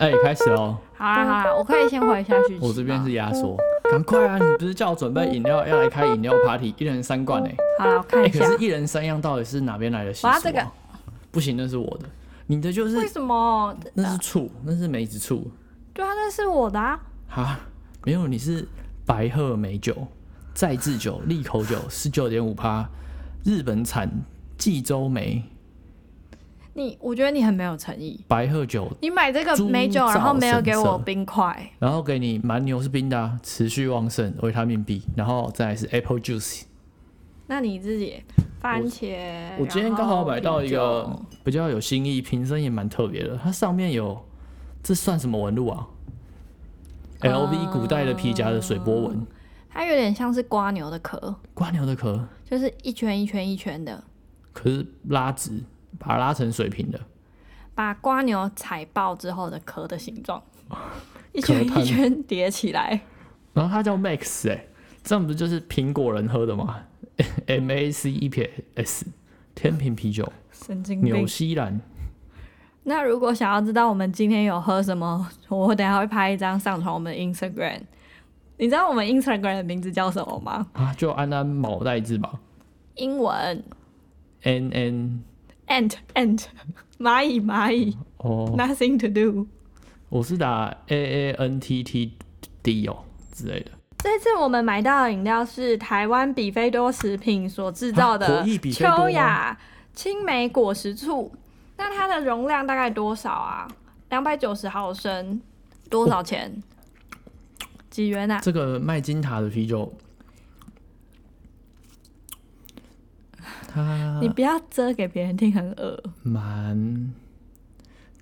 哎、开始喽！好啦好 啦，我可以先回一下讯息。我这边是。压缩，赶快啊！你不是叫我准备饮料，要来开饮料 party，一人三罐哎、好啦，我看哎、一可下。是一人三样到底是哪边来的习俗、我啊？要这个不行，那是我的，你的就为是什么？那是醋，那是梅子醋对啊，那是我的啊。哈，没有，你是白鹤美酒、再制酒、利口酒，十九点五趴，日本产济州梅、你，我觉得你很没有诚意。白鹤酒，你买这个猪美酒，然后没有给造神我社冰块，然后给你蛮牛是冰的、啊，持续旺盛，维他命 B，然后再来是 apple juice。 那你自己番茄。我今天刚好买到一然个后比较有新意，瓶身也蛮特别的。它上面有，这算什么纹路啊？L V 古代的皮夹的水波纹，啤酒，它有点像是瓜牛的壳，瓜牛的壳，就是一圈一圈一圈的，可是拉直，把它拉成水平的。把瓜牛踩爆之后的壳的形状，一壳圈摊一圈叠起来。然后它叫 Max 哎、这样不就是苹果人喝的吗？M A C 一撇 S，天平啤酒，神经病纽。西兰。那如果想要知道我们今天有喝什么，我等一下会拍一张上传我们的 Instagram。你知道我们 Instagram 的名字叫什么吗？啊，就安安毛代字吧英文，N N ant ant 蚂蚁蚂蚁、哦， nothing to do。我是打 A A N T T D 哦之类的。这次我们买到的饮料是台湾比菲多食品所制造啊的国益比菲多吗秋雅青梅果实醋。那它的容量大概多少啊？两百九十毫升，多少钱？几元啊？这个麦金塔的啤酒，它你不要遮给别人听，很恶。蛮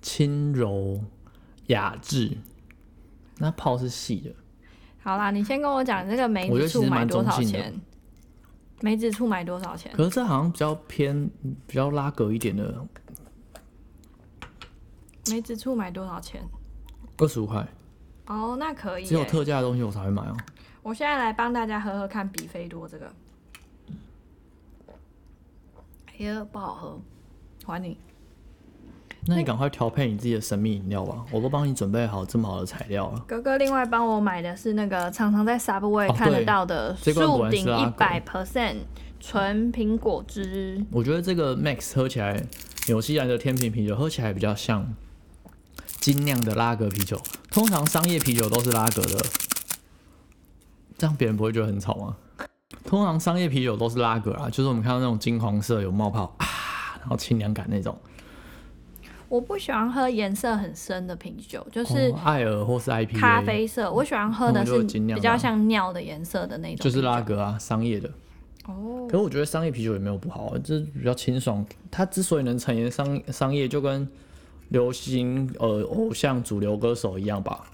轻柔雅致，那泡是细的，好啦，你先跟我讲这个梅我觉得子其醋实买蛮多少中性的钱？梅子醋买多少钱？可是这好像比较偏比较拉格一点的，梅子醋买多少钱？二十五块，哦，那可以只有耶。特价的东西我才会买哦。我现在来帮大家喝喝看比菲多这个。哎呀，不好喝，还你。那你赶快调配你自己的神秘饮料吧，我都帮你准备好这么好的材料了。哥哥另外帮我买的是那个常常在 Subway 哦看得对到的这罐果树然顶是阿一狗百 percent 纯苹果汁。我觉得这个 Max 喝起来，纽西兰的天平啤酒喝起来比较像精酿的拉格啤酒。通常商业啤酒都是拉格的，这样别人不会觉得很吵吗？通常商业啤酒都是拉格啊，就是我们看到那种金黄色有冒泡啊，然后清凉感那种，我不喜欢喝颜色很深的啤酒，就是哦、艾尔或是 IPA，咖啡色，我喜欢喝的那我就是尽量比较啦像尿的颜色的那种，就是拉。格啊，商业的。哦可，是我觉得商业啤酒也没有不好，啊，就是比较清爽。它之所以能成为商商业，就跟流行呃偶像主流歌手一样吧，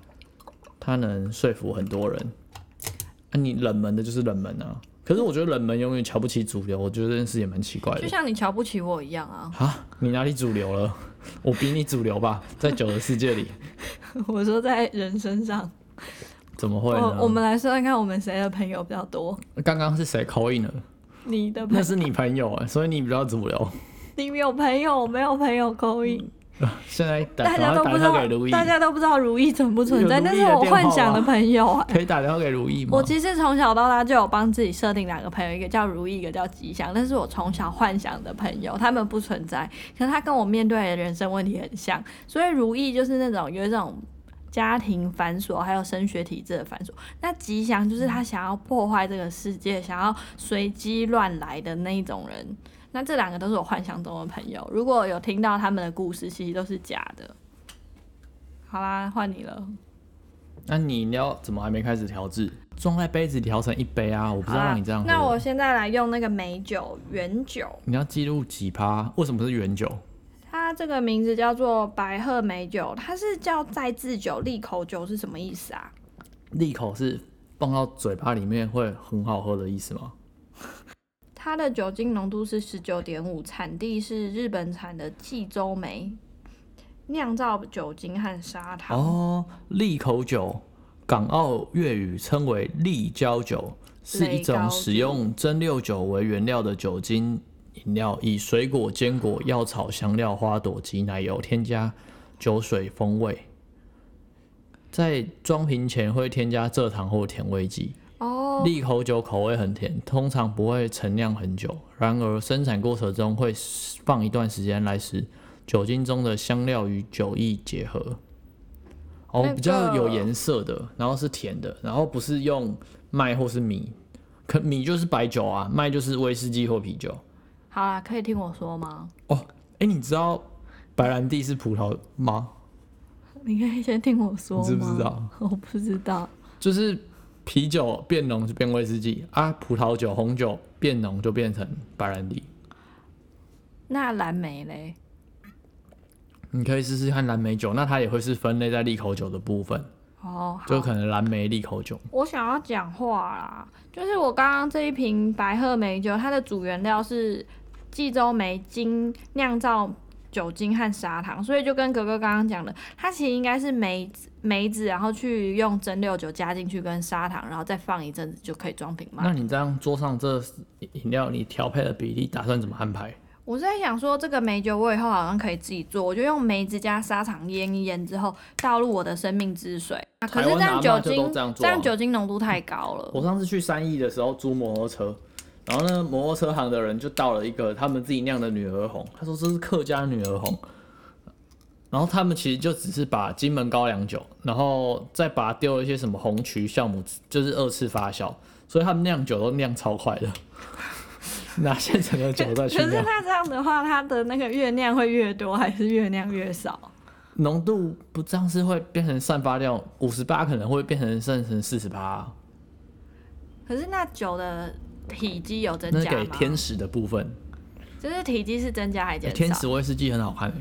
它能说服很多人。啊，你冷门的就是冷门啊。可是我觉得冷门永远瞧不起主流，我觉得这件事也蛮奇怪就的。像你瞧不起我一样 啊！啊，你哪里主流了？ 我比你主流吧，在酒的世界里，我说在人身上，怎么会我呢？哦我们来算看看我们谁的朋友比较多。刚刚是谁 call in 了？你的朋那是你朋友啊，所以你比较主流。你有朋友，我没有朋友勾引，现在嗯打大家赶都快打不知电话给道如，意，大家都不知道如意存不存在，有如那意的是我幻电想的话吗朋友啊。可以打电话给如意吗？我其实从小到大就有帮自己设定两个朋友，一个叫如意，一个叫吉祥。那是我从小幻想的朋友，他们不存在，可是他跟我面对的人生问题很像。所以如意就是那种有一种家庭繁琐，还有升学体制的繁琐。那吉祥就是他想要破坏这个世界，想要随机乱来的那一种人。那这两个都是我幻想中的朋友。如果有听到他们的故事，其实都是假的。好啦，换你了。那你饮料怎么还没开始调制？装在杯子调成一杯啊！我不好知道啦让你这样喝。那我现在来用那个美酒原酒。你要记录几趴？为什么是原酒？它这个名字叫做白鹤美酒，它是叫再制酒、利口酒是什么意思啊？利口是放到嘴巴里面会很好喝的意思吗？它的酒精浓度是十九点五，产地是日本产的济州梅，酿造酒精和砂糖。哦，利口酒，港澳粤语称为利胶酒，是一雷高种酒使用蒸馏酒为原料的酒精饮料，以水果、坚果、药草、香料、花朵及奶油添加酒水风味。在装瓶前会添加蔗糖或甜味剂。哦，利口酒口味很甜，通常不会陈酿很久。然而生产过程中会放一段时间来使酒精中的香料与酒液结合。哦那，个比较有颜色的，然后是甜的，然后不是用麦或是米，可米就是白酒啊，麦就是威士忌或啤酒。好啦，可以听我说吗？哦，哎、你知道白兰地是葡萄吗？你可以先听我说吗？你知不知道？ 我不知道。就是啤酒变浓就变威士忌啊，葡萄酒、红酒变浓就变成白兰地。那蓝莓嘞？你可以试试看蓝莓酒，那它也会是分类在利口酒的部分，哦，好就可能蓝莓利口酒。我想要讲话啦，就是我刚刚这一瓶白鹤梅酒，它的主原料是济州梅精酿造酒精和砂糖，所以就跟格格刚刚讲的，它其实应该是梅子梅子，然后去用蒸馏酒加进去跟砂糖，然后再放一阵子就可以装瓶嘛。那你这样桌上这饮料你调配的比例打算怎么安排？我是在想说，这个梅酒我以后好像可以自己做，我就用梅子加砂糖腌一腌之后，倒入我的生命之水。啊、可台是湾这样的阿嬷酒就精都这样做啊酒精浓度太高了。我上次去三义的时候租摩托车，然后呢，摩托车行的人就倒了一个他们自己酿的女儿红，他说这是客家女儿红。然后他们其实就只是把金门高粱酒，然后再把它丢了一些什么红曲酵母，就是二次发酵，所以他们酿酒都酿超快的， 拿现成的酒再可去是酿，它这样的话，它的那个月亮会越多，还是月亮越少？浓度不这样是会变成散发掉五十八，可能会变成剩成四十八，可是那酒的体积有增那是加给吗？天使的部分。就是体积是增加还欸是减天少？使威士忌很好看、欸，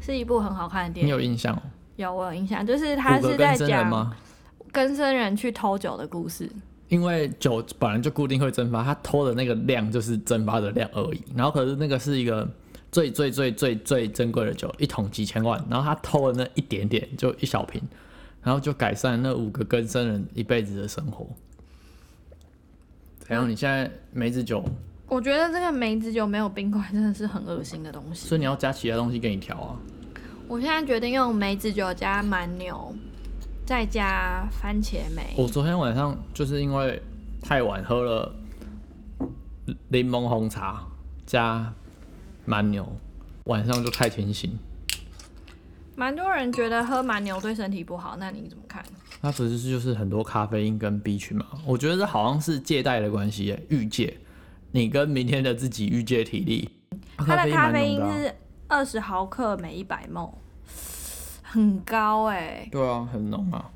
是一部很好看的电你影，有印象哦？有我有印象，就是它骨是骼在跟真人讲吗？跟生人去偷酒的故事。因为酒本来就固定会蒸发，它偷的那个量就是蒸发的量而已。然后可是那个是一个最最最最最珍贵的酒，一桶几千万，然后他偷了那一点点，就一小瓶，然后就改善那五个根生人一辈子的生活。怎样？你现在梅子酒，我觉得这个梅子酒没有冰块真的是很恶心的东西。所以你要加其他东西给你调啊。我现在决定用梅子酒加蛮牛，再加番茄梅。我昨天晚上就是因为太晚喝了柠檬红茶加蛮牛，晚上就太清醒。蛮多人觉得喝蛮牛对身体不好，那你怎么看？它不是就是很多咖啡因跟 B 群嘛？我觉得这好像是借贷的关系耶，预借，你跟明天的自己预借体力。它的哦咖啡啡因因蛮浓的啊是二十毫克每一百 ml，很高哎、对啊，很浓啊。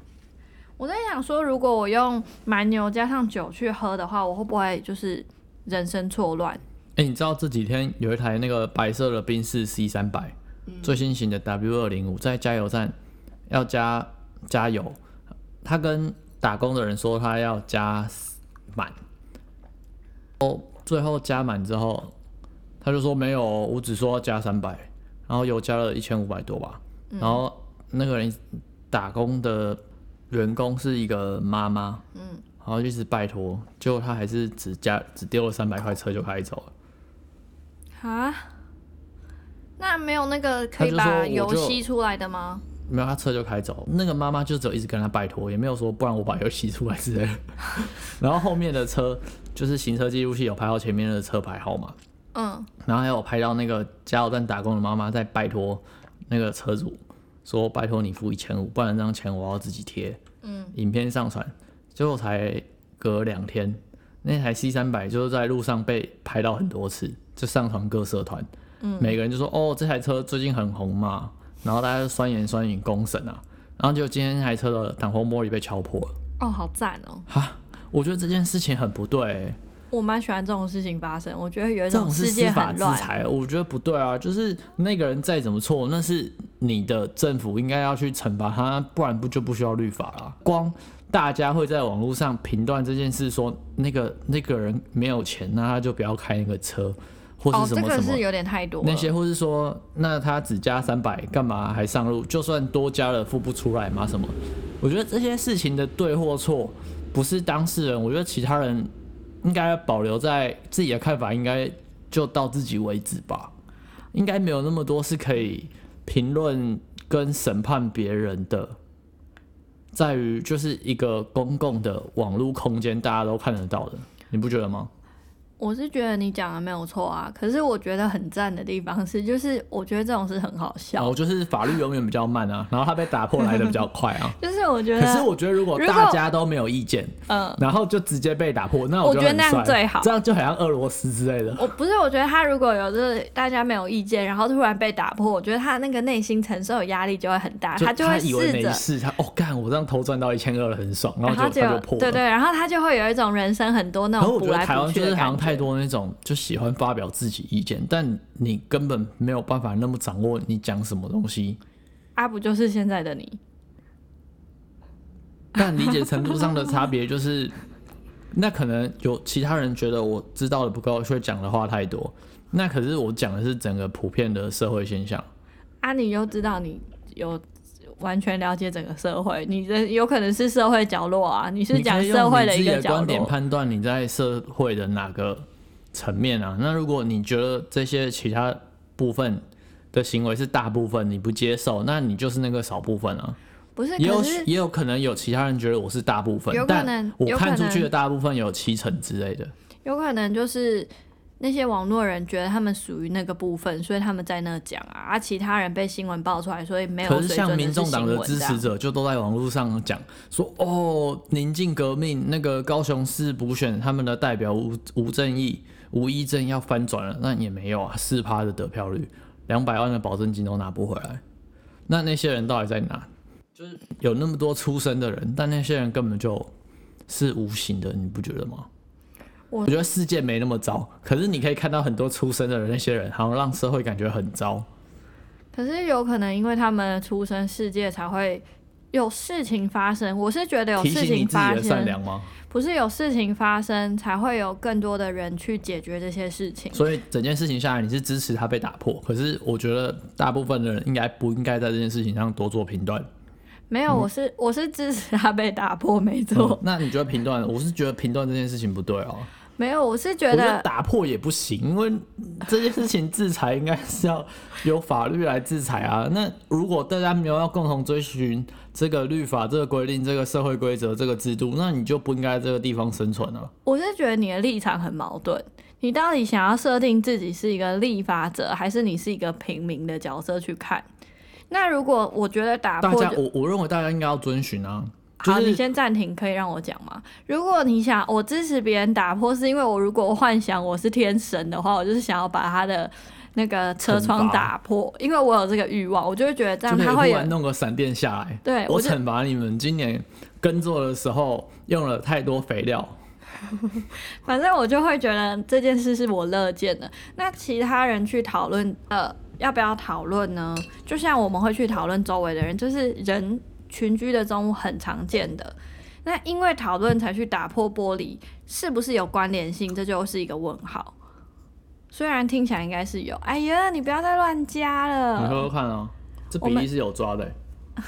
我在想说，如果我用蛮牛加上酒去喝的话，我会不会就是人生错乱？哎、你知道这几天有一台那个白色的宾士 C 三百、最新型的 W 二零五，在加油站要加加油，他跟打工的人说他要加满，哦，最后加满之后，他就说没有哦，我只说要加三百，然后油加了一千五百多吧，然后那个人打工的员工是一个妈妈，然后就一直拜托，结果他还是只加只丢了三百块车就开走了。啊？那没有那个可他就以说把我就油吸出来的吗？没有，他车就开走。那个妈妈就只有一直跟他拜托，也没有说不然我把油洗出来之类的。然后后面的车就是行车记录器有拍到前面的车牌号码，嗯，然后还有拍到那个加油站打工的妈妈在拜托那个车主说：“拜托你付一千五，不然这张钱我要自己贴。”嗯，影片上传，最后才隔两天，那台 C 三百就是在路上被拍到很多次，就上传各社团，嗯，每个人就说：“哦，这台车最近很红嘛。”然后大家就酸言酸语公审啊，然后就今天那台车的挡风玻璃被敲破了。哦，好赞哦！我觉得这件事情很不对欸、我蛮喜欢这种事情发生，我觉得有一这种是世司界法很制乱。裁，我觉得不对啊。就是那个人再怎么错，那是你的政府应该要去惩罚他，不然不就不需要律法啦。光大家会在网络上评断这件事说那个那个人没有钱，那他就不要开那个车，或哦，是这什么个什么。是有点太多了。那些，或是说，那他只加三百，干嘛还上路？就算多加了，付不出来吗？什么？我觉得这些事情的对或错，不是当事人，我觉得其他人应该保留在自己的看法，应该就到自己为止吧。应该没有那么多是可以评论跟审判别人的在于就是一个公共的网络空间，大家都看得到的，你不觉得吗？我是觉得你讲的没有错啊，可是我觉得很赞的地方是，就是我觉得这种事很好笑，哦，就是法律永远比较慢啊，然后它被打破来的比较快啊。就是我觉可是得，我觉得如果嗯如果大家都没有意见，嗯，然后就直接被打破，那我觉觉得很那样帅最好这样就很像俄罗斯之类的。我不是，我觉得他如果有就是大家没有意见，然后突然被打破，我觉得他那个内心承受的压力就会很大，他就会以为试没着。哎事，他哦干，我这样偷赚到一千二了，很爽，然然后后就有他就破了。对对，然后他就会有一种人生很多那可是种我补觉得来台补湾去就是的好像感太觉。多那种就喜欢发表自己意见，但你根本没有办法那么掌握你讲什么东西。啊，不就是现在的你？但理解程度上的差别就是， 那可能有其他人觉得我知道的不够，所以讲的话太多。那可是我讲的是整个普遍的社会现象。啊，你又知道你有完全了解整个社会，你这有可能是社会角落啊，你是你可讲以社用会你自一己个的角观点落。判断你在社会的哪个层面啊。那如果你觉得这些其他部分的行为是大部分，你不接受，那你就是那个少部分啊。不是，也有可是也有可能有其他人觉得我是大部分有，可能但我有可看出去能的大部分有七成之类的。有可能就是那些网络人觉得他们属于那个部分，所以他们在那讲啊，啊，其他人被新闻爆出来，所以没有可是水准像的民众党的新闻支这持样者就都在网络上讲说，哦，宁静革命那个高雄市补选他们的代表吴吴正义、吴一正要翻转了，那也没有啊，四趴的得票率，两百万的保证金都拿不回来，那那些人到底在哪？就是有那么多出生的人，但那些人根本就是无形的，你不觉得吗？我我觉得世界没那么糟，可是你可以看到很多出生的人，那些人好像让社会感觉很糟。可是有可能因为他们出生世界才会有事情发生，我是觉得有提事醒你情自己发的善良生，吗？不是有事情发生才会有更多的人去解决这些事情。所以整件事情下来，你是支持他被打破，可是我觉得大部分的人应该不应该在这件事情上多做评 断。没有，我是我是支持他被打破，没嗯错，那你觉得评断？我是觉得评断这件事情不对哦，没有，我是我觉觉得得打破也不行，因为这件事情制裁应该是要由法律来制裁啊。那如果大家没有要共同追寻这个律法、这个规定、这个社会规则、这个制度，那你就不应该在这个地方生存了。我是觉得你的立场很矛盾。你到底想要设定自己是一个立法者，还是你是一个平民的角色去看？那如果我觉得打大破家，就我我认为大家应该要遵循啊。就好，你是先暂停，可以让我讲吗？如果你想我支持别人打破，是因为我如果幻想我是天神的话，我就是想要把他的那个车窗惩罚打破，因为我有这个欲望，我就会觉得这就样可以他忽会有然弄个闪电下来。对我我就惩罚你们今年耕作的时候用了太多肥料。反正我就会觉得这件事是我乐见的。那其他人去讨论，呃，要不要讨论呢？就像我们会去讨论周围的人，就是人群居的中很常见的。那因为讨论才去打破玻璃，是不是有关联性？这就是一个问号。虽然听起来应该是有，哎呀，你不要再乱加你喝了。喝看哦，这我比们例是有抓的欸、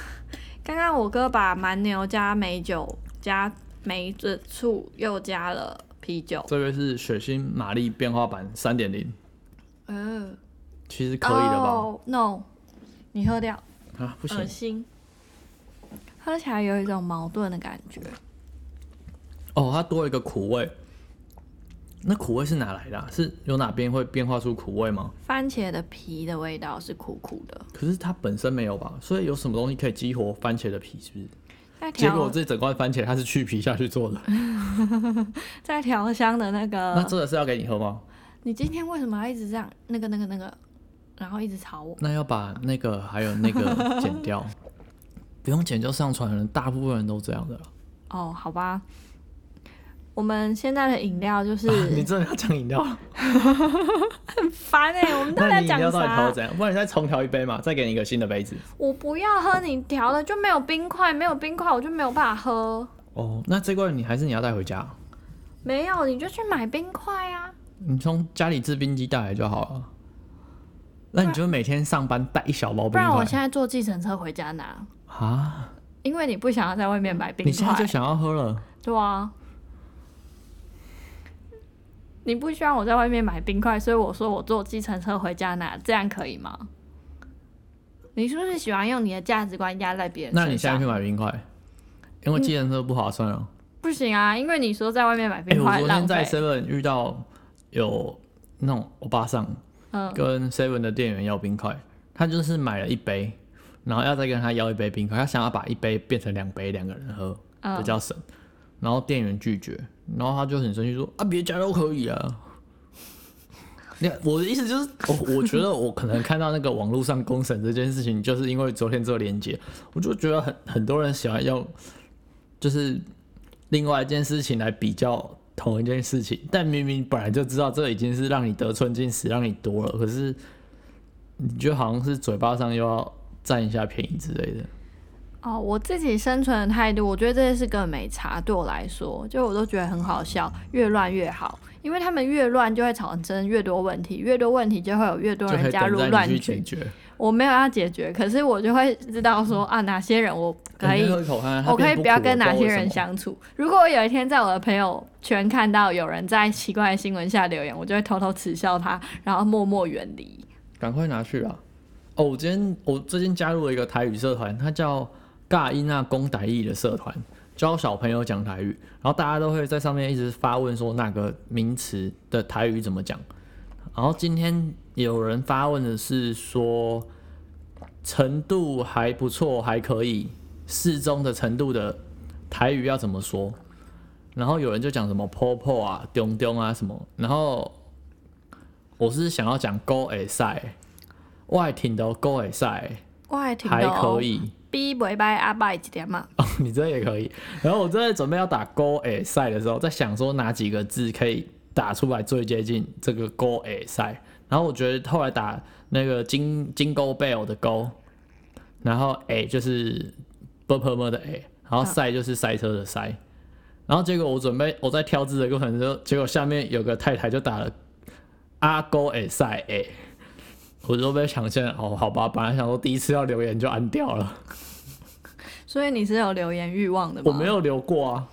刚刚我哥把蛮牛加美酒加梅子醋又加了啤酒，这个是血腥玛丽变化版三点零，嗯、其实可以的吧？哦嗯 no，你喝掉，啊，不恶行心。喝起来有一种矛盾的感觉，哦，它多了一个苦味。那苦味是哪来的啊、是有哪边会变化出苦味吗？番茄的皮的味道是苦苦的。可是它本身没有吧？所以有什么东西可以激活番茄的皮？是不是？在结果调嗯这整罐番茄它是去皮下去做的。在调香的那那个，这个是要给你喝吗？你今天为什么要一直这样？那个那个那个，然后一直吵我。那要把那个还有那 个剪掉，不用剪就上传了，大部分人都这样的啦。哦，好吧。我们现在的饮料就 是啊你真的要讲饮料了？很烦哎、我们到那底在你饮讲料到底调啥的？怎样？不然你再重调一杯嘛，再给你一个新的杯子。我不要喝你调的，就没有冰块，没有冰块我就没有办法喝。哦，那这罐你还是你要带回家，没有你就去买冰块啊。你从家里制冰机带来就好了。那你就每天上班带一小包不冰然我块现在坐计程车回家拿，啊？因为你不想要在外面买冰你现在块就，想要喝了？对啊。你不希望我在外面买冰块，所以我说我坐计程车回家拿，这样可以吗？你是不是喜欢用你的价值观压在别人那你身现在上？去买冰块，因嗯为计程车不划算啊。不行啊，因为你说在外面买哎、冰我块昨浪天在费。 Seven 遇到有那种欧巴桑嗯，跟 Seven 的店员要冰块，他就是买了一杯，然后要再跟他要一杯冰块，他想要把一杯变成两杯，两个人喝嗯比较省。然后店员拒绝，然后他就很生气说：“啊，别家都可以啊。”你看我的意思就是， 我我觉得我可能看到那个网络上公审这件事情，就是因为昨天做连接，我就觉得很很多人喜欢用就是另外一件事情来比较同一件事情，但明明本来就知道这已经是让你得寸进尺，让你多了，可是你就好像是嘴巴上又要占一下便宜之类的。哦，我自己生存的态度，我觉得这件事根本没差。对我来说，就我都觉得很好笑，越乱越好，因为他们越乱就会产生越多问题，越多问题就会有越多就可人以加入等待乱你去解群。决。我没有要解决，可是我就会知道说啊，哪些人我可哎你以先喝一口看看，我可以不要跟哪些人相。相处。如果我有一天在我的朋友圈看到有人在奇怪的新闻下留言，我就会偷偷耻笑他，然后默默远离。赶快拿去啦！哦，我今天我最近加入了一个台语社团，它叫尬音啊公台语的社团，教小朋友讲台语，然后大家都会在上面一直发问说那个名词的台语怎么讲。然后今天有人发问的是说程度还不错，还可以，适中的程度的台语要怎么说？然后有人就讲什么婆婆啊、丢丢啊什么，然后我是想要讲勾尾赛，外挺的勾尾赛我还挺哦还可以 B 不拜阿拜几点嘛？哦， 你这也可以。然后我正在准备要打勾尾赛的时候，在想说哪几个字可以打出来最接近这个勾尾赛。然后我觉得后来打那个金金钩 bell 的钩，然后 a 就是 b p m 的 a，然后赛就是赛车的赛。然后结果我准备我在挑字的过程中，结果下面有个太太就打了阿勾诶赛诶，我就被抢先哦，好吧，本来想说第一次要留言就按掉了，所以你是有留言欲望的吗？我没有留过啊。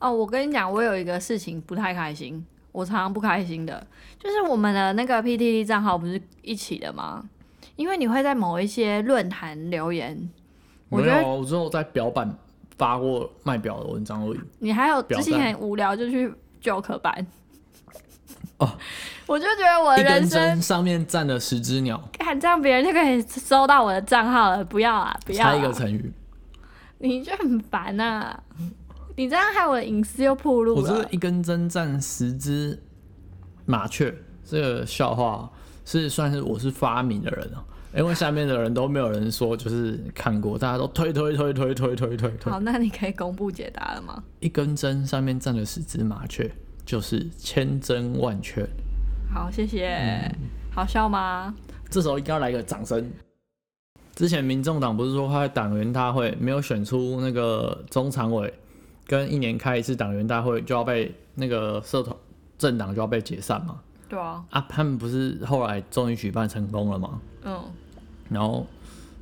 哦，我跟你讲，我有一个事情不太开心，我常常不开心的，就是我们的那个 PTT 账号不是一起的吗？因为你会在某一些论坛留言，我没觉有得啊，我只有在表版发过卖表的文章而已。你还有表之前单很无聊就去 joke 版，哦，我就觉得我一的呃人根生针上面站了十只鸟，看这样别人就可以收到我的账号了，不要啊，不要、猜一个啊，成语。你就很烦啊！你这样害我的隐私又暴露我这了个。一根针站十只麻雀这个笑话是算是我是发明的人啊，因为下面的人都没有人说就是看过，大家都推推推推推推推推好，。那你可以公布解答了吗？一根针上面站了十只麻雀，就是千真万确。好，谢谢。嗯好笑吗？这时候应该要来个掌声。之前民众党不是说他的党员大会没有选出那个中常委，跟一年开一次党员大会就要被那个社团政党就要被解散嘛？对啊，啊，他们不是后来终于举办成功了吗？嗯，然后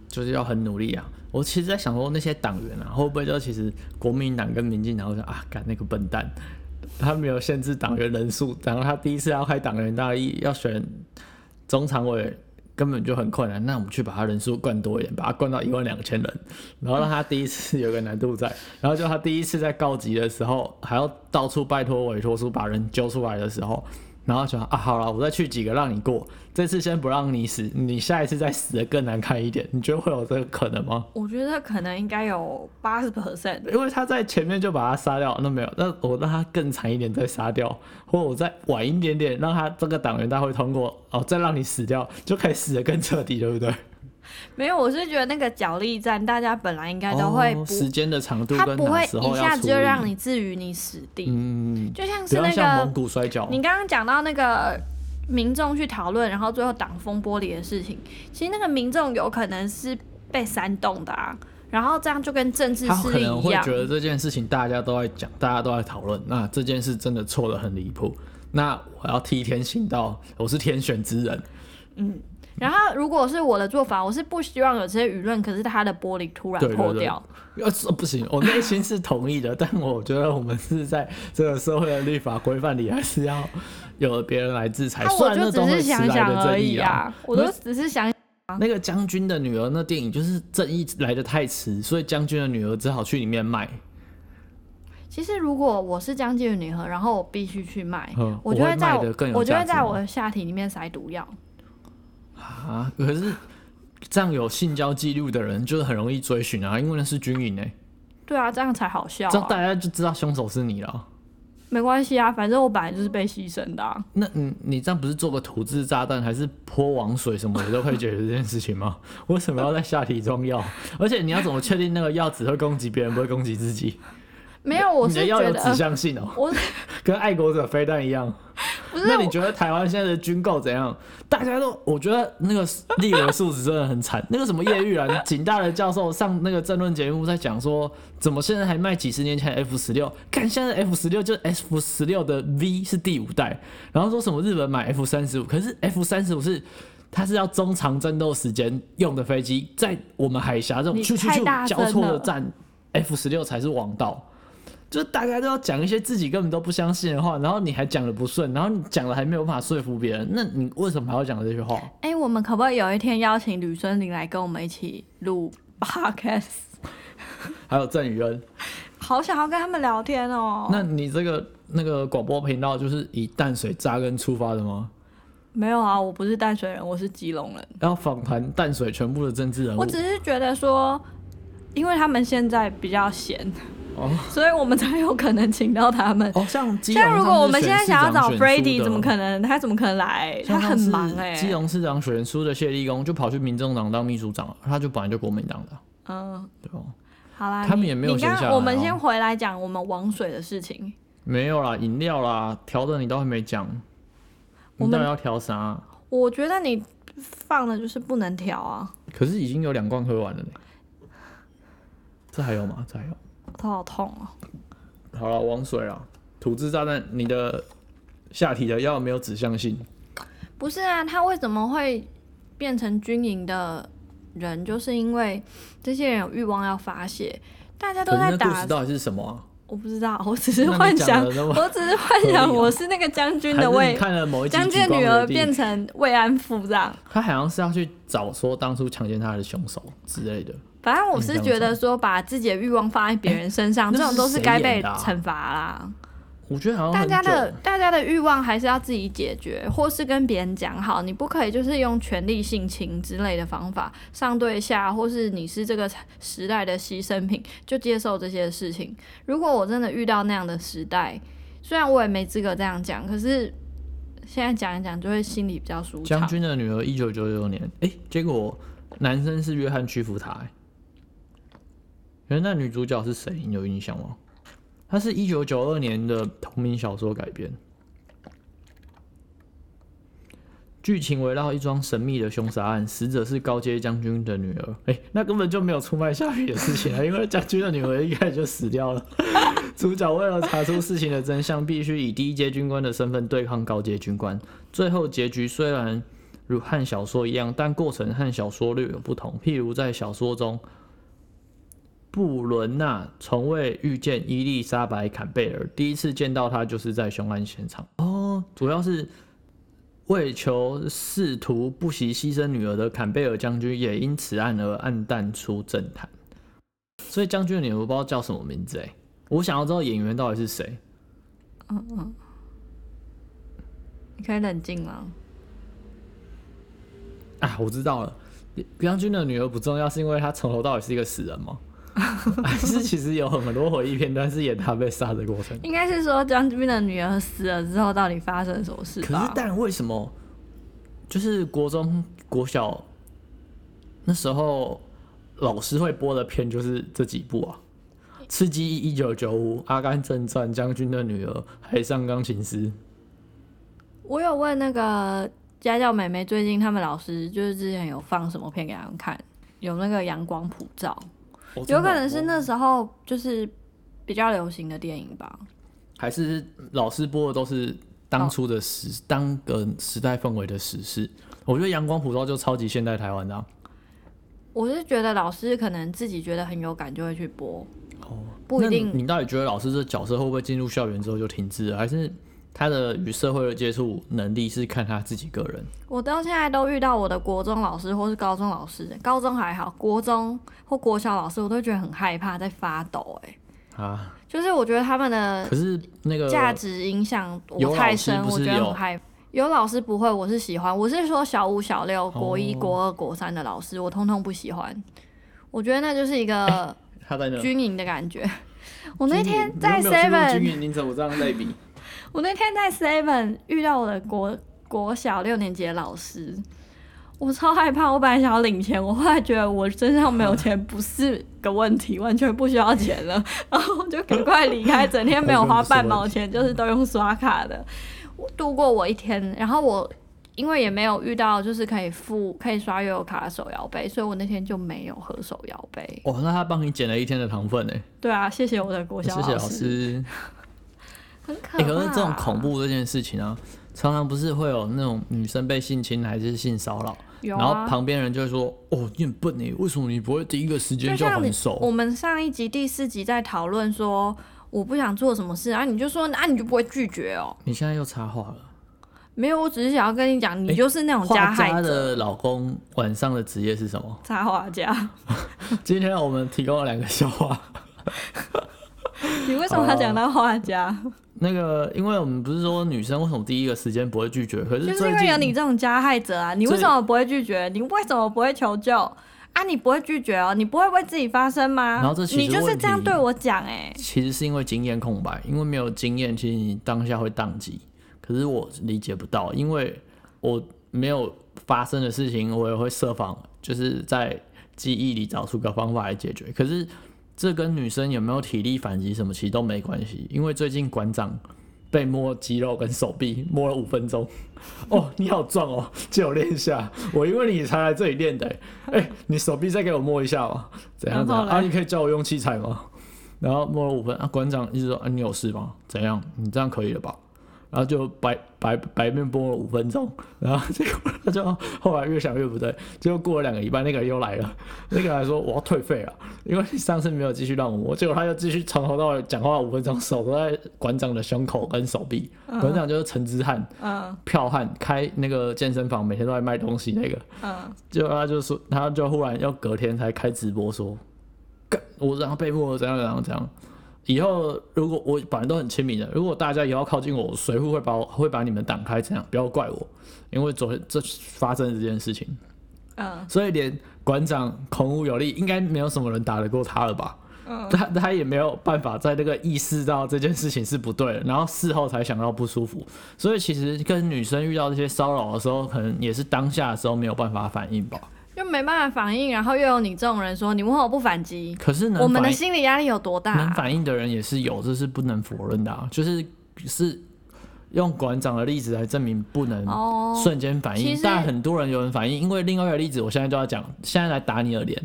就是要很努力啊。我其实在想说，那些党员啊，会不会就其实国民党跟民进党会说啊，干那个笨蛋，他没有限制党员人数，然后他第一次要开党员大会要选中常委，根本就很困难。那我们去把他人数灌多一点，把他灌到一万两千人，然后让他第一次有个难度在，然后就他第一次在告急的时候，还要到处拜托委托书把人揪出来的时候，然后想啊，好了，我再去几个让你过，这次先不让你死，你下一次再死的更难看一点，你觉得会有这个可能吗？我觉得可能应该有八十 percent。因为他在前面就把他杀掉，那没有，那我让他更惨一点再杀掉，或者我再晚一点点让他这个党员大会通过，哦，再让你死掉，就可以死的更彻底，对不对？没有，我是觉得那个角力战，大家本来应该都会哦、不，时间的长度他跟不会哪时一候下要子处就让理，你置于你死地。嗯，就像不是要那像个蒙古摔跤，你刚刚讲到那个民众去讨论，然后最后挡风玻璃的事情，其实那个民众有可能是被煽动的啊，然后这样就跟政治他势可力能一会样觉。得这件事情大家都在讲，大家都在讨论，那这件事真的错的很离谱。那我要替天行道，我是天选之人。然后如果是我的做法，我是不希望有这些舆论，可是他的玻璃突然对对破对掉，要是呃不行，我内心是同意的， 但我觉得我们是在这个社会的立法规范里，还是要有别人来制裁。那虽啊我然就那只都会是迟想来想的而正已义啊。啊，我都只是想。那个将军的女儿那电影就是正义来的太迟，所以将军的女儿只好去里面卖。其实如果我是将近的女和，然后我必须去卖，嗯我就我会在卖我得更有我就价会值在吗我的下体里面塞毒药。啊，可是这样有性交记录的人就是很容易追寻啊，因为那是军营哎、对啊，这样才好笑、这样大啊。家就知道凶手是你了。没关系啊，反正我本来就是被牺牲的、啊。那你你这样不是做个土制炸弹，还是泼王水什么的都可以解决这件事情吗？ 为什么要在下体装药？而且你要怎么确定那个药只会攻击别人，不会攻击自己？没有，我你是的药觉有得指向性哦、 我跟爱国者飞弹一样。不是那我你觉得台湾现在的军购怎样？大家都，我觉得那个 立委素质真的很惨。那个什么叶玉兰，警大的教授上那个政论节目在讲说，怎么现在还卖几十年前的 F 十六？看现在 F 十六就是 F 十六的 V 是第五代，然后说什么日本买 F 三十五，可是 F 三十五是。它是要中长战斗时间用的飞机，在我们海峡这种你去去太去大交声错了的战，F 十六才是王道。就是大家都要讲一些自己根本都不相信的话，然后你还讲的不顺，然后你讲了还没有办法说服别人，那你为什么还要讲这些话？哎、我们可不可以有一天邀请吕孙林来跟我们一起录 podcast？还有郑宇恩，好想要跟他们聊天哦。那你这个那个广播频道就是以淡水扎根出发的吗？没有啊，我不是淡水人，我是基隆人。要访谈淡水全部的政治人物我只是觉得说，因为他们现在比较闲，哦所以我们才有可能请到他们。哦，像基隆像如果我们现在想要找上次选市长选书 Brady，的怎么可能？他怎么可能来？他像很忙哎、上次基隆市长选书的谢立功就跑去民众党当秘书长了，他就本来就国民党的，嗯，对吧？好啦，他们你也没有你闲刚下来我们哦先回来讲我们王水的事情。没有啦，饮料啦，调的你都还没讲，你我们到底要调啥、我觉得你放的就是不能调啊，可是已经有两罐喝完了呢，这还有吗？这还有。头好痛哦。好了，王水啊，土制炸弹，你的下体的药没有指向性，不是啊，他为什么会变成军营的人？就是因为这些人有欲望要发泄，大家可都是在那故打事。到底是什么啊？我不 知道，我只是那你幻讲想，得那么我只是幻想合理哦我是那个将军还的是你魏，看了某一集将军极的光女儿的地变成慰安妇这样。他好像是要去找说当初强奸他的凶手之类的。反正我你这是样觉得说，把自己的欲望放在别人身上，那这种都是是谁该演被的啊惩罚啦。我觉得好像大很家的久大家的欲望还是要自己解决，或是跟别人讲好，你不可以就是用权力性侵之类的方法，上对下，或是你是这个时代的牺牲品，就接受这些事情。如果我真的遇到那样的时代，虽然我也没资格这样讲，可是现在讲一讲就会心里比较舒畅将。军的女儿一九九九年，哎、结果男生是约翰屈服他、欸。可是那女主角是谁？你有印象吗？她是一九九二年的同名小说改编，剧情围绕一桩神秘的凶杀案，死者是高阶将军的女儿。哎、那根本就没有出卖下雨的事情啊，因为将军的女儿一开始就死掉了。 主角为了查出事情的真相，必须以低阶军官的身份对抗高阶军官。最后结局虽然如和小说一样，但过程和小说略有不同。譬如在小说中，布伦纳从未遇见伊丽莎白·坎贝尔，第一次见到她就是在凶案现场。哦，主要是为求仕途不惜牺牲女儿的坎贝尔将军，也因此案而黯淡出政坛。所以将军的女儿我不知道叫什么名字哎、我想要知道演员到底是谁。你可以冷静吗？啊，我知道了。将军的女儿不重要，是因为她从头到尾是一个死人吗？还是其实有很多回忆片段是演她被杀的过程？应该是说将军的女儿死了之后，到底发生了什么事可是吧，？但为什么就是国中、国小那时候老师会播的片就是这几部啊？《刺激一九九五》《阿甘正传》《将军的女儿》《海上钢琴师》。我有问那个家教妹妹，最近他们老师就是之前有放什么片给他们看，有那个阳光普照，哦真的有可能是哦那时候就是比较流行的电影吧。还是老师播的都是当初的时、当个时代氛围的时事。我觉得《阳光普照》就超级现代台湾的、啊，我是觉得老师可能自己觉得很有感就会去播，哦，不一定那你你到底觉得老师这角色会不会进入校园之后就停滞了，还是他的与社会的接触能力是看他自己个人？我到现在都遇到我的国中老师或是高中老师，高中还好，国中或国小老师我都觉得很害怕，在发抖、欸。他。就是我觉得他们的可是那个价值影响呃有我太老师深，不我是觉得有很害。有老师不会，我是喜欢。我是说小五、小六、国一、哦国二、国三的老师，我通通不喜欢。我觉得那就是一 个他在那。军营的感觉。我那天你在又没有去过 Seven，军营你怎么这样类比？我那天在 Seven 遇到我的国国小六年级的老师，我超害怕。我本来想要领钱，我后来觉得我身上没有钱不是个问题，完全不需要钱了， 然后我就赶快离开，整天没有花半毛钱，就是都用刷卡的，我度过我一天。然后我因为也没有遇到就是可以付可以刷悠游卡的手摇杯，所以我那天就没有喝手摇杯。 哇，那他帮你减了一天的糖分呢？对啊，谢谢我的国谢小谢老师，师。很欸可怕。啊可是这种恐怖这件事情啊，常常不是会有那种女生被性侵还是性骚扰，有然后啊旁边人就会说：“哦，你很笨哎，为什么你不会第一个时间就就像还你我手们上一集第四集在讨论说，我不想做什么事，啊，你就说，啊，你就不会拒绝哦？”？你现在又插话了。没有，我只是想要跟你讲，哎你就是那种加画害家者，的老公晚上的职业是什 么？插画家。今天我们提供了两个笑话。你为什么要讲到画家？那个，因为我们不是说女生为什么第一个时间不会拒绝，可是就是最因为有近你这种加害者啊！你为什么不会拒绝？你为什么不会求救？啊，你不会拒绝哦？你不会为自己发声吗？然后这其实你就是这样问题对我讲哎、其实是因为经验空白，因为没有经验，其实你当下会宕机。可是我理解不到，因为我没有发生的事情，我也会设防，就是在记忆里找出个方法来解决。可是这跟女生有没有体力反击什么，其实都没关系，因为最近馆长。被摸肌肉跟手臂，摸了五分钟。 哦，你好壮哦， 借我练一下。我因为你才来这里练的、欸。哎、你手臂再给我摸一下哦。怎样怎样然后嘞啊？你可以叫我用器材吗？然后摸了五分啊，馆长一直说：“啊，你有事吗？怎样？你这样可以了吧？”然后就白白白面播了五分钟，然后结果他就哦后来越想越不对，结果过了两个礼拜，那个人又来了，那个人还说我要退费了，因为你上次没有继续让我摸，结果他又继续从头到尾讲话五分钟，手都在馆长的胸口跟手臂，馆长就是陈之汉，嗯票汉开那个健身房，每天都在卖东西那个，嗯，结果他就说，他就忽然要隔天才开直播说，干我然后被迫怎样怎样怎样。以后如果我本来都很亲民的，如果大家也要靠近我，我随后会把我会把你们挡开，怎样？不要怪我，因为昨天这发生这件事情，嗯所以连馆长孔武有力，应该没有什么人打得过他了吧？嗯，他他也没有办法在那个意识到这件事情是不对的，然后事后才想到不舒服，所以其实跟女生遇到这些骚扰的时候，可能也是当下的时候没有办法反应吧。就没办法反应，然后又有你这种人说，你为什么不反击？可是能我们的反心啊理压力有多大、能反应的人也是有，这是不能否认的、啊，就是是用馆长的例子来证明不能哦，瞬间反其应，实但很多人有人反应，因为另外一个例子，我现在就要讲，现在来打你的脸，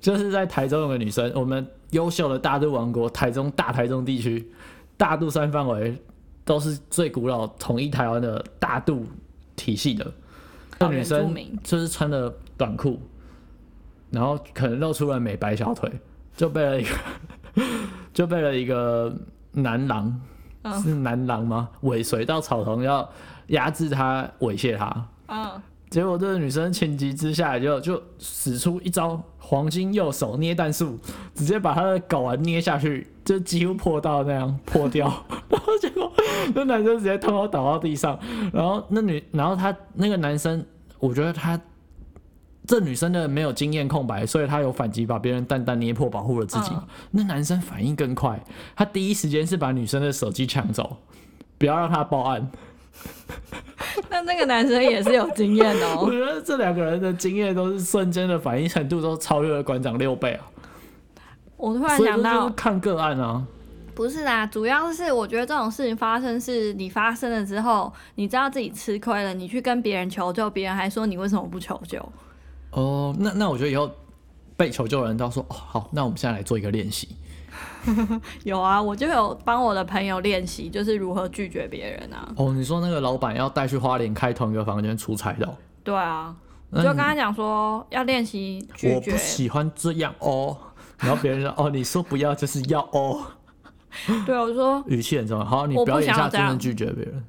就是在台中有个女生，我们优秀的大肚王国，台中大台中地区，大肚山范围都是最古老统一台湾的大肚体系的，那好女原住生民就是穿的短裤，然后可能露出了美白小腿，就被了一个 就被了一个男郎，嗯是男郎吗？尾随到草丛要压制他，猥亵他。嗯。结果这个女生情急之下就就使出一招黄金右手捏蛋术，直接把他的睾丸捏下去，就几乎破到那样破掉。然后结果那男生直接偷偷倒到地上，然后那女，然后他那个男生，我觉得他这女生的没有经验空白，所以他有反击，把别人蛋蛋捏破，保护了自己。嗯那男生反应更快，他第一时间是把女生的手机抢走，不要让她报案。那那个男生也是有经验的我哦，觉得这两个人的经验都是瞬间的反应程度都超越了馆长六倍啊！ 我突然所以想这就是到，看个案啊，不是啦，主要是我觉得这种事情发生是你发生了之后，你知道自己吃亏了，你去跟别人求救，别人还说你为什么不求救？哦，那那我觉得以后被求救的人都说哦好，那我们现在来做一个练习，有啊，我就有帮我的朋友练习，就是如何拒绝别人啊。哦，你说那个老板要带去花莲开同一个房间出差的哦、对啊，那就你跟他讲说要练习拒我绝不，喜欢这样哦。然后别人说哦，你说不要就是要哦，对我就说，语气很重要。好，你我不表演一想下要这真正样拒绝别人。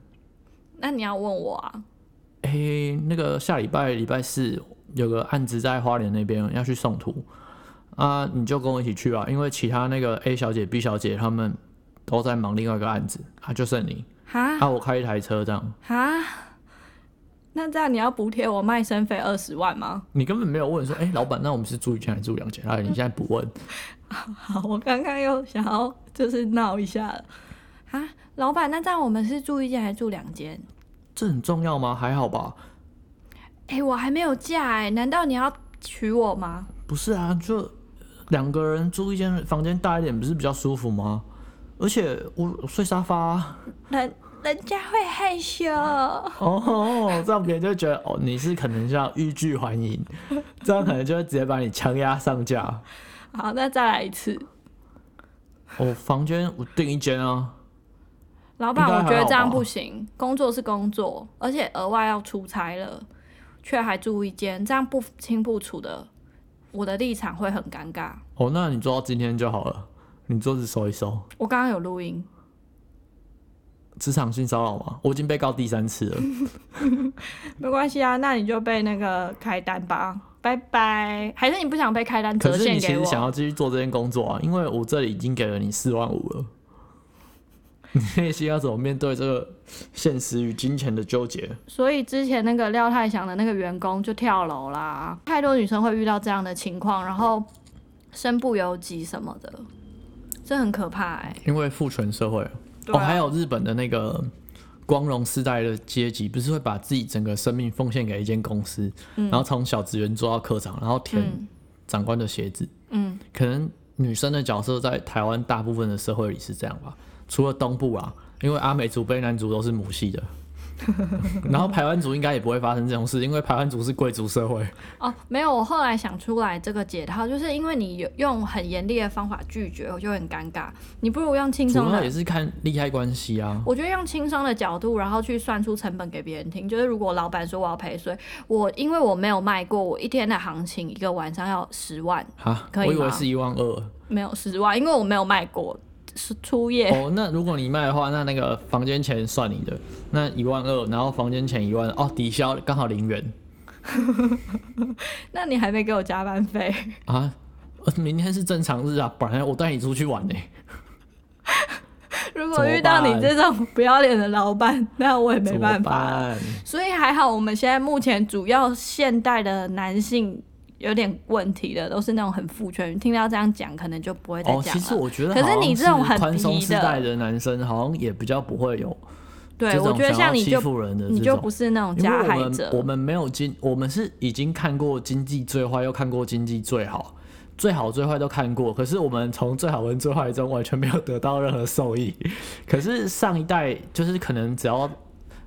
那你要问我啊，哎、那个下礼拜礼拜四有个案子在花莲那边要去送图，啊，你就跟我一起去啊，因为其他那个 A 小姐、B 小姐她们都在忙另外一个案子，啊，就剩你，哈啊，我开一台车这样，哈，那这样你要补贴我卖身费二十万吗？你根本没有问说，哎、老板，那我们是住一间还是住两间？啊，你现在不问， 好，我刚刚又想要就是闹一下了啊，老板，那这样我们是住一间还是住两间？这很重要吗？还好吧，哎、我还没有嫁哎、难道你要娶我吗？不是啊，就两个人住一间房间大一点，不是比较舒服吗？而且我我睡沙发啊、人人家会害羞， 哦，这样别人就会觉得哦，你是可能像欲拒还迎，这样可能就会直接把你强压上架。好，那再来一次。哦，房间我订一间啊，老板，应该我觉得还好这样吧不行，工作是工作，而且额外要出差了，却还住一间，这样不清不楚的，我的立场会很尴尬。哦，那你做到今天就好了，你桌子收一收。我刚刚有录音，职场性骚扰嘛，我已经被告第三次了。嗯没关系啊，那你就被那个开单吧，拜拜。还是你不想被开单可折是现你其给实想我？要继续做这件工作啊，因为我这里已经给了你四万五了。 你内心要怎么面对这个现实与金钱的纠结？所以之前那个廖太祥的那个员工就跳楼啦，太多女生会遇到这样的情况，然后身不由己什么的，这很可怕哎、因为父权社会，对哦，啊还有日本的那个光荣世代的阶级，不是会把自己整个生命奉献给一间公司，然后从小职员做到科长，然后舔嗯长官的鞋子。嗯，可能女生的角色在台湾大部分的社会里是这样吧，除了东部啊，因为阿美族、卑南族都是母系 的。然后排湾族应该也不会发生这种事，因为排湾族是贵族社会。哦，没有，我后来想出来这个解套，就是因为你有用很严厉的方法拒绝，我就很尴尬。你不如用轻主松要也的，是看利害关系啊。我觉得用轻松的角度，然后去算出成本给别人听。就是如果老板说我要赔税，我因为我没有卖过，我一天的行情一个晚上要十万，哈，可以我以为吗是一万二。没有十万，因为我没有卖过，是初夜。哦，那如果你卖的话，那那个房间钱算你的，那一万二，然后房间钱一万，哦，抵消刚好零元那你还没给我加班费， 啊。呃明天是正常日啊，本来我带你出去玩呢、如怎果么遇到你办这种不要脸的老板，那我也没怎么办法了。办。所以还好，我们现在目前主要现代的男性有点问题的，都是那种很父权。听到这样讲，可能就不会再哦，讲其实了。我觉得可好是像你这种很宽松皮世的代的男生，好像也比较不会有对，这我种觉得想要像你欺就负人的你这就种不。是那种因为加我害们我者。们没有经，我们是已经看过经济最坏，又看过经济最好，最好最坏都看过。可是我们从最好跟最坏中完全没有得到任何受益。 可是上一代就是可能只要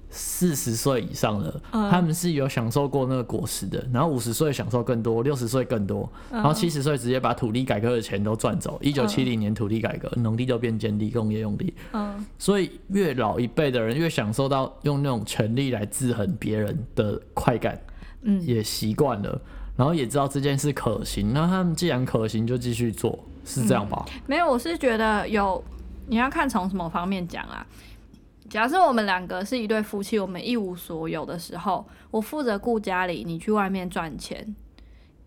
四十岁以上的，嗯他们是有享受过那个果实的，然后五十岁享受更多，六十岁更多，嗯然后七十岁直接把土地改革的钱都赚走。一九七零年土地改革，农地就变建地，工业用地。嗯，所以越老一辈的人越享受到用那种权力来制衡别人的快感，嗯也习惯了，然后也知道这件事可行，那他们既然可行就继续做，是这样吧？没有，我是觉得有，你要看从什么方面讲啊。假设我们两个是一对夫妻，我们一无所有的时候，我负责顾家里，你去外面赚钱。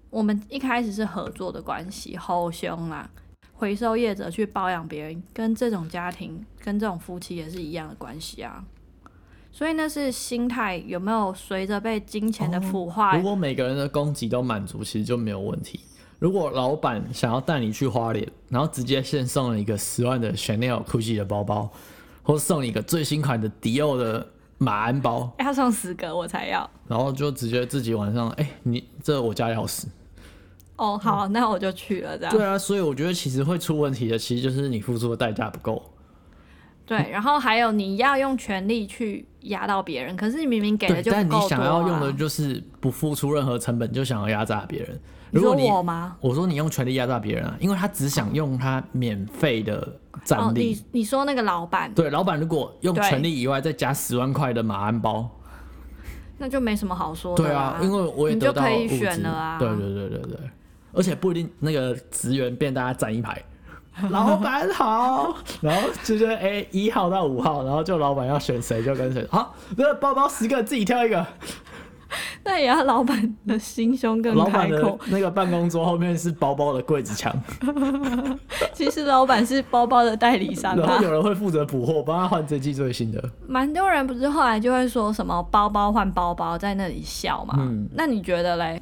我们一开始是合作的关系，好凶啦。回收业者去包养别人，跟这种家庭、跟这种夫妻也是一样的关系啊。所以那是心态有没有随着被金钱的腐化如果每个人的供给都满足，其实就没有问题。如果老板想要带你去花莲，然后直接现送了一个十万的 Chanel、GUCCI 的包包，或送你一个最新款的迪奥的马鞍包，要送十个我才要。然后就直接自己晚上，哎、你这我家钥匙，哦，好，那我就去了这样。对啊，所以我觉得其实会出问题的，其实就是你付出的代价不够。嗯对，然后还有你要用权力去压到别人，可是你明明给了对，就但不你够多、啊、想要用的就是不付出任何成本就想要压榨别人。你如说果你我吗？我说你用权力压榨别人啊，因为他只想用他免费的哦战，力。你你说那个老板，对，老板如果用对权力以外再加十万块的马鞍包，那就没什么好说的对啊，因为我也你得就到可以物资选了啊对对对对对，而且不一定那个职员变大家站一 排。老板好，然后就是哎一、号到五号，然后就老板要选谁就跟谁。好，那包包十个自己挑一个，那也要老板的心胸更老开板的 阔。那个办公桌后面是薄薄的柜子 墙，其实老板是包包的代理商然吧后？有人会负责补货，帮他换这季最新的。蛮多人不是后来就会说什么包包换包包，在那里笑嘛。嗯那你觉得嘞？欸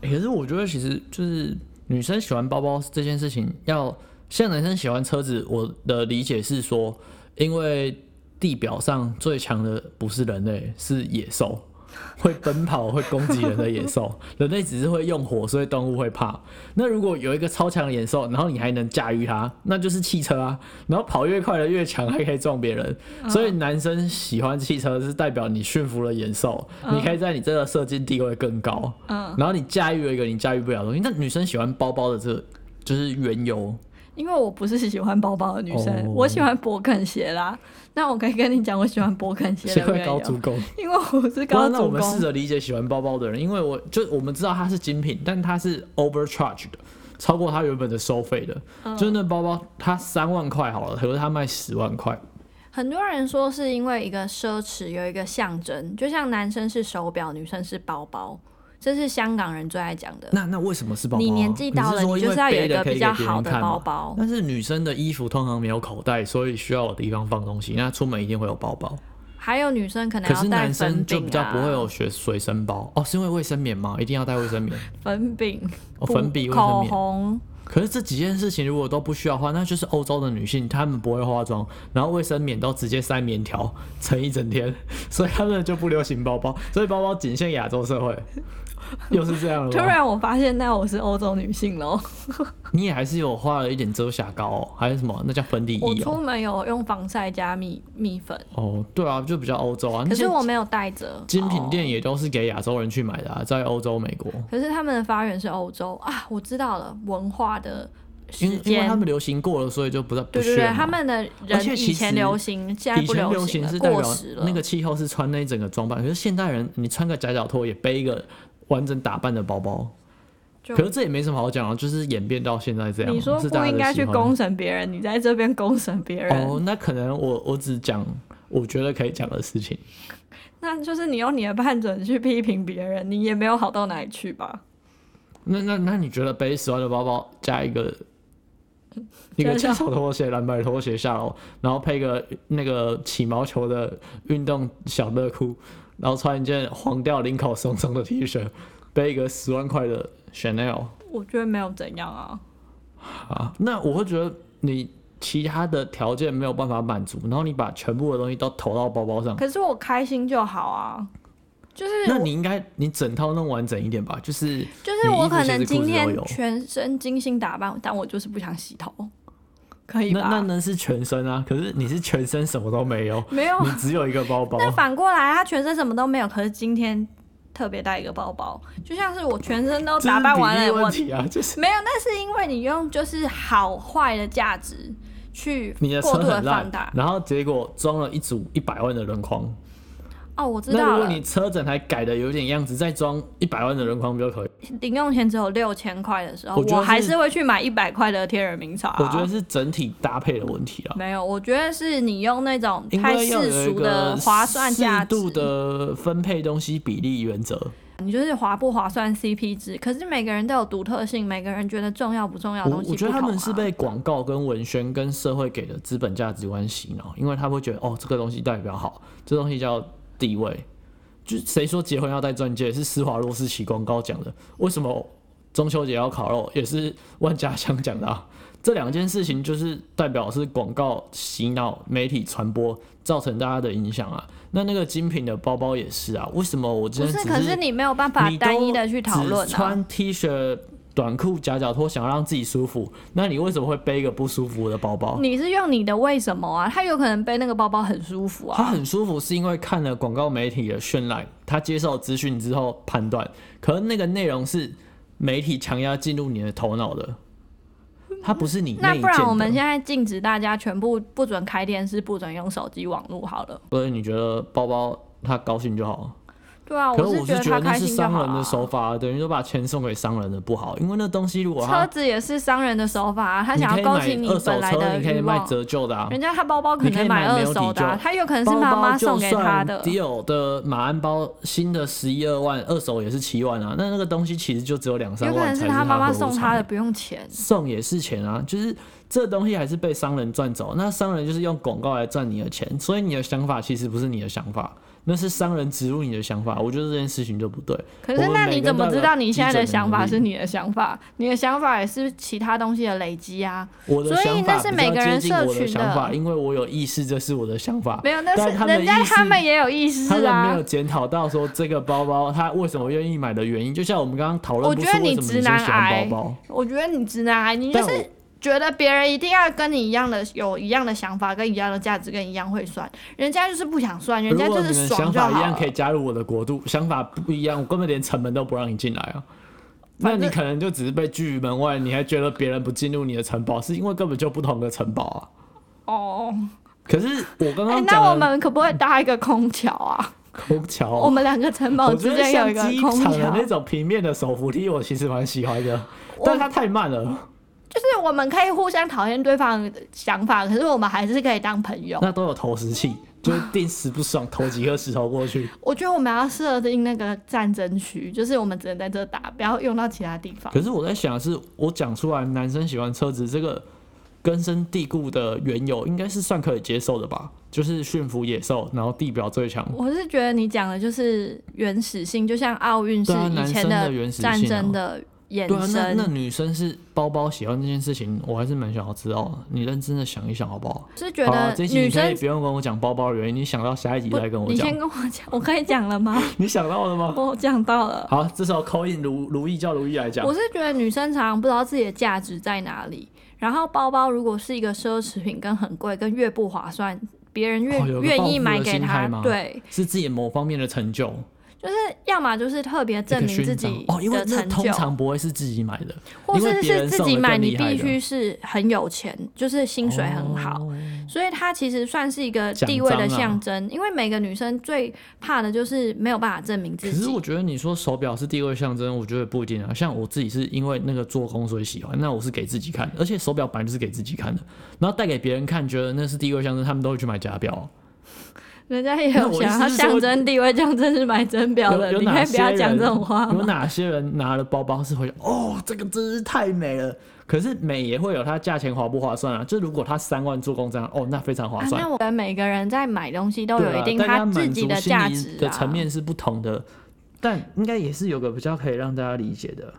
可是我觉得其实就是女生喜欢包包这件事情要，像男生喜欢车子，我的理解是说，因为地表上最强的不是人类，是野兽。会奔跑、会攻击人的野兽，人类只是会用火，所以动物会怕。那如果有一个超强的野兽，然后你还能驾驭它，那就是汽车啊。然后跑越快的越强，还可以撞别人。所以男生喜欢汽车是代表你驯服了野兽，你可以在你这个射精地位更高。嗯，然后你驾驭了一个你驾驭不了的东西。那女生喜欢包包的这个就是缘由，因为我不是喜欢包包的女生，哦我喜欢勃肯鞋啦。那我可以跟你讲，我喜欢勃肯鞋谁 的哦会缘高由，足够？ 因为我是不高然那我足们啊试工。着理解喜欢包包的人，因为我就我们知道它是精品，但它是 overcharge 的，超过它原本的收费的。嗯就是那包包它三万块好了，可是它卖十万块。很多人说是因为一个奢侈有一个象征，就像男生是手表，女生是包包，这是香港人最爱讲的。那那为什么是包包啊？你年纪到了你你就是是说要因有为背一个的可以比给较别好人的看嘛包包。但是女生的衣服通常没有口袋，所以需要有地方放东西。那出门一定会有包包。还有女生可能可要是带男粉生饼就啊，比较不会有学随身包哦，是因为卫生棉吗？一定要带卫生棉，粉饼、哦，粉笔、卫生口棉。红。可是这几件事情如果都不需要的话，那就是欧洲的女性，她们不会化妆，然后卫生棉都直接塞棉条，撑一整天， 所以她们就不流行包包，所以包包仅限亚洲社会，又是这样突了吗。然我发现，那我是欧洲女性 喽。你也还是有画了一点遮瑕膏、哦，还是什么那叫粉底我液出哦。门有用防晒加蜜蜜粉，哦，对啊，就比较欧洲啊。可那是些我没有带着。精品店哦也都是给亚洲人去买的啊，在欧洲、美国。可是他们的发源是欧洲啊，我知道了，文化的因时为因为他间。们流行过了，所以就不再不对对屑对，嘛他们的而人且其以前实流行，现在以不前流行行是代过表时了。那个气候是穿那一整个装扮，可是现代人你穿个夹脚拖也背一个完整打扮的包包，就可是这也没什么好讲啊，就是演变到现在这样。你说是不大家应的该喜去欢攻审别人，你在这边攻审别人，哦，那可能我我只讲我觉得可以讲的事情，那就是你用你的判准去批评别人，你也没有好到哪里去吧？那那那你觉得背十万的包包加一 个一个加夹脚拖鞋、蓝白拖鞋下楼，然后配个那个起毛球的运动小热裤，然后穿一件黄调领口松松的 T 恤，背一个十万块的 Chanel 我觉得没有怎样啊。啊，那我会觉得你其他的条件没有办法满足，然后你把全部的东西都投到包包上，可是我开心就好啊，就是那我你应该你整套弄完整一点吧，就是就是你衣我服可鞋能子裤今子天都有全身精心打扮，但我就是不想洗头，可以那那吧？那是全身啊，可是你是全身什么都没有，没有你，只有一个包包。哦那反过来他全身什么都没有，可是今天特别带一个包包，就像是我全身都这是 打扮比完例了，我问题啊，就是没有，那是因为你用就是好坏的价值去你的车过度的很放烂大，。然后结果装了一组一百万的轮框。哦，我知那道如了果，你车整台改的有点样子，再装一百万的轮框不就可以？零用钱只有六千块的时候，我觉得我还是是会去买一百块的天人名茶啊、我觉得是整体搭配的问题啊。没有，我觉得是你用那种应太该要有世一俗个的划算价适值，度的分配东西比例原则。你就是划不划算 CP 值。可是每个人都有独特性，每个人觉得重要不重要的我东西我觉得不他同们啊是被广告、跟文宣、跟社会给的资本价值观洗脑，因为他会觉得哦，这个东西代表好，这东西叫地位。就谁说结婚要戴钻戒是施华洛世奇广告讲的，为什么中秋节要烤肉也是万家香讲的、啊？这两件事情就是代表是广告洗脑、媒体传播造成大家的影响啊。那那个精品的包包也是啊，为什么我今不天是？只可是你没有办法你都单一的去讨论只啊。穿 T 恤、短裤、夹脚拖，想要让自己舒服，那你为什么会背一个不舒服的包包？你是用你的为什么啊？他有可能背那个包包很舒服它啊。很舒服，是因为看了广告媒体的渲染，他接受资讯之后判断，可是那个内容是媒体强压进入你的头脑的，它不是你那内不然建我们的现在禁止大家全部不准开电视，不准用手机网络好了。所以你觉得包包他高兴就好，对啊，可是是我是觉他得那开是心就商好啊人的了。手法，啊等于说把钱送给商人的不好，因为那东西如果车他子也是商人的手法啊，他你想可要以勾买起你二手本来车，的你可以欲卖望。折旧的啊，人家他包包你可以能买买没二有手底的啊、旧他有可能是包妈包妈就送给他算的。有的马鞍包新的十一二万，二手也是七万啊，那那个东西其实就只有两三有可万能才是是他妈妈合入送场他的，不用钱。送也是钱啊，就是这东西还是被商人赚走，那商人就是用广告来赚你的钱，所以你的想法其实不是你的想法，那是商人植入你的想法，我觉得这件事情就不对。可我是们那每你个人怎么都知有道你现在基的准想法能力是你的想法？你的想法也是其他东西的累积啊。我的所以想法那是比每较个人接近社我的群想的法，因为我有意识这是我的想法，没有，那但是他们人家意思他们也有意他识们没有啊。检讨到说这个包包他为什么愿意买的原因，就像我们刚刚讨论，我不觉是得为你什么直女生男喜癌欢包包，我觉得你直男癌，你就但我是觉得别人一定要跟你一样的，有一样的想法，跟一样的价值，跟一样会算。人家就是不想算，人家如就果你是们爽想就法好一样，可了以。加入我的国度；想法不一样，我根本连城门都不让你进来啊。那反你正可能就只是被拒于门外，你还觉得别人不进入你的城堡，是因为根本就不同的城堡啊。哦，可是我刚刚哎、那我讲的们可不可以搭一个空桥啊？空桥我哦，们两个城堡我之觉得间有像一个机空场的桥，那种平面的手扶梯，我其实蛮喜欢的，我但它太慢了。就是我们可以互相讨厌对方的想法，可是我们还是可以当朋友。那都有投石器，就是定时不爽，投几颗石头过去。我觉得我们要设定那个战争区，就是我们只能在这打，不要用到其他地方。可是我在想的是，我讲出来男生喜欢车子这个根深蒂固的缘由，应该是算可以接受的吧？就是驯服野兽，然后地表最强。我是觉得你讲的就是原始性，就像奥运是对啊以前男生的原始性啊战争的延对啊，那伸，那女生是包包喜欢这件事情，我还是蛮想要知道的。你认真的想一想好不好？是觉好啊得这一期女你可以生不用跟我讲包包的原因，你想到下一集不再跟我你讲先。跟我讲，我可以讲了 吗？哦你想到了吗？我讲到了。好，这时候扣印如如意叫如意来讲我。是觉得女生常常不知道自己的价值在哪里，然后包包如果是一个奢侈品，跟很贵，跟越不划算，别人越哦有个愿、报意复买的给心她态吗，对，是自己某方面的成就，就是要么就是特别一证个明自勋章己哦，因为的那成通就，常不会是自己买的，或因为是别是人自送己的买，更你厉害必的须是很有钱，就是薪水很好。哦所以它其实算是一个奖地位的章啊象征，因为每个女生最怕的就是没有办法证明自可是我己。觉得你说手表是地位象征，我觉得不一定啊。像我自己是因为那个做工所以喜欢，那我是给自己看的，而且手表本来就是给自己看的，然后带给别人看，觉得那是地位象征，他们都会去买假表。啊人家也那有我意想思要是说象征地位，象征是买真表的，有你可哪以些不要讲这种人话有吗？哪些人拿了包包是会哦，这个真是太美了。可是美也会有它价钱划不划算啊？就如果它三万做工这样，哦，那非常划啊，算。那我们每个人在买东西都对有一定啊、大家他满自己足心价灵值啊。的层面是不同的，但应该也是有个比较可以让大家理解的。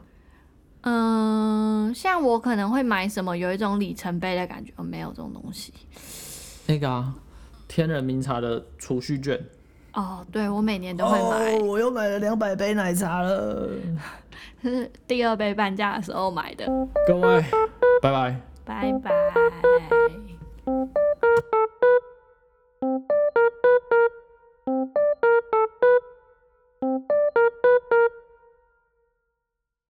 嗯，像我可能会买什么，有一种里程碑的感觉，哦、没有这种东西。那个啊，天人茗茶的储蓄券，哦，对，我每年都会买，哦我又买了两百杯奶茶了。是第二杯半价的时候买的。各位，拜拜。拜拜。